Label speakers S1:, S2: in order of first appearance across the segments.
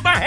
S1: da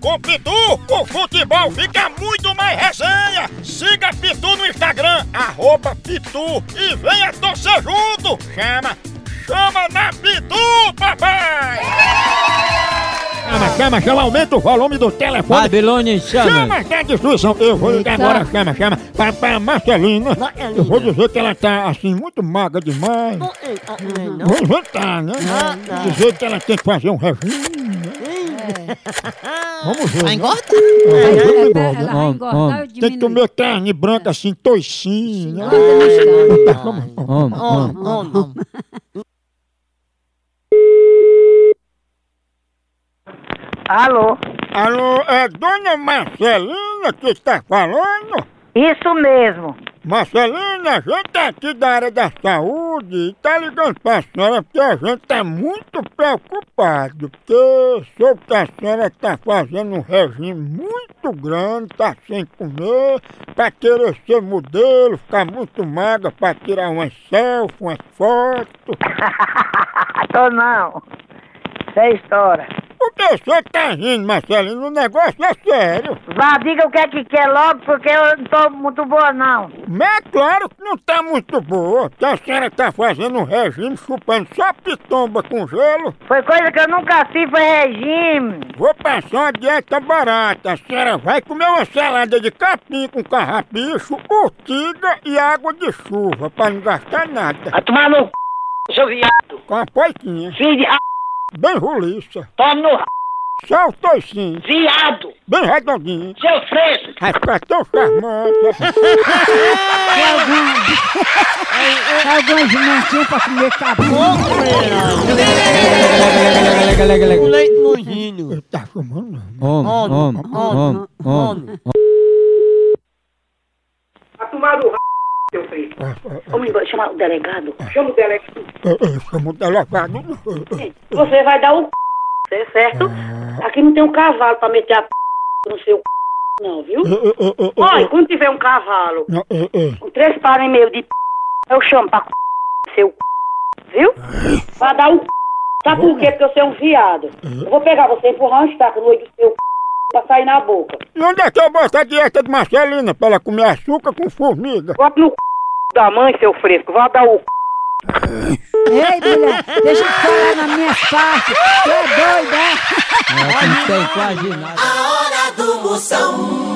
S1: Com Pitu, o futebol fica muito mais resenha. Siga Pitu no Instagram, arroba Pitu e venha torcer junto. Chama, chama na Pitu, papai! Chama, chama, chama, aumenta o volume do telefone.
S2: Babilônia chama.
S1: Chama, tá destruição. Eu vou ligar
S3: Eita.
S1: agora, chama, chama. Para, para Marcelina. Eu vou dizer que ela tá assim, muito magra demais.
S2: ah, é
S1: Vou inventar, né? Dizer que ela tem que fazer um regime. né?
S2: Tá
S1: Vamos
S4: Tá
S1: ver. né? É, vamos
S3: Ela,
S1: embora.
S2: Homem,
S3: ela vai
S2: homem.
S3: engordar ou
S1: Tem que
S3: diminuir?
S1: comer carne branca assim, toicinha. né?
S2: Homem, homem.
S5: Alô?
S1: Alô, é Dona Marcelina que está falando?
S5: Isso mesmo.
S1: Marcelina, a gente é aqui da área da saúde e tá ligando pra senhora porque a gente tá muito preocupado. Porque soube que a senhora tá fazendo um regime muito grande, tá sem comer, pra querer ser modelo, ficar muito magra pra tirar umas selfies, umas fotos.
S5: Tô não. Isso é história.
S1: Por que você tá rindo, Marcelina? O negócio é sério.
S5: Vá, diga o que é que quer logo, porque eu não tô muito boa, não.
S1: Mas é claro que não tá muito boa, porque a senhora tá fazendo um regime chupando só pitomba com gelo.
S5: Foi coisa que eu nunca fiz, foi regime.
S1: Vou passar uma dieta barata. A senhora vai comer uma salada de capim com carrapicho, urtiga e água de chuva, pra não gastar nada.
S5: A tomar no c... seu viado.
S1: Com a poiquinha,
S5: Filho de r...
S1: bem roliça,
S5: Toma no r...
S1: só o toicinho,
S5: viado.
S1: bem redondinho.
S5: Seu fresco.
S1: Vai ficar tão charmosa.
S3: Algumas mantinhas pra comer cabelo.
S2: Lega, lega, lega.
S6: Leite morrinho.
S1: Tá fumando não.
S2: Homem, homem, homem, homem.
S4: A tomar o r... seu filho. Vamos embora, chamar o delegado. Chama o delegado.
S1: Eu, eu sou muito elevado. Eu- eu-
S4: Você vai dar o c... cê, certo?
S1: Ah.
S4: Aqui não tem um cavalo pra meter a p... no seu c... não, viu?
S1: eu- eu- eu- eu-
S4: Olha, quando tiver um cavalo,
S1: Não, eu- eu-
S4: com três pares e meio de p... eu chamo pra c... seu c... viu?
S1: Ah.
S4: Vai dar o c... Sabe por quê? Porque você é um viado. Eu vou pegar você e empurrar um estaca no olho do seu c... pra sair na boca.
S1: E onde é que eu boto a dieta de Marcelina pra ela comer açúcar com formiga?
S4: Bota no c... da mãe, seu fresco. Vai dar o c...
S3: Ei, mulher, deixa eu falar na minha parte. Tu é doida, é?
S2: Não tem quase nada.
S7: A hora do Moção.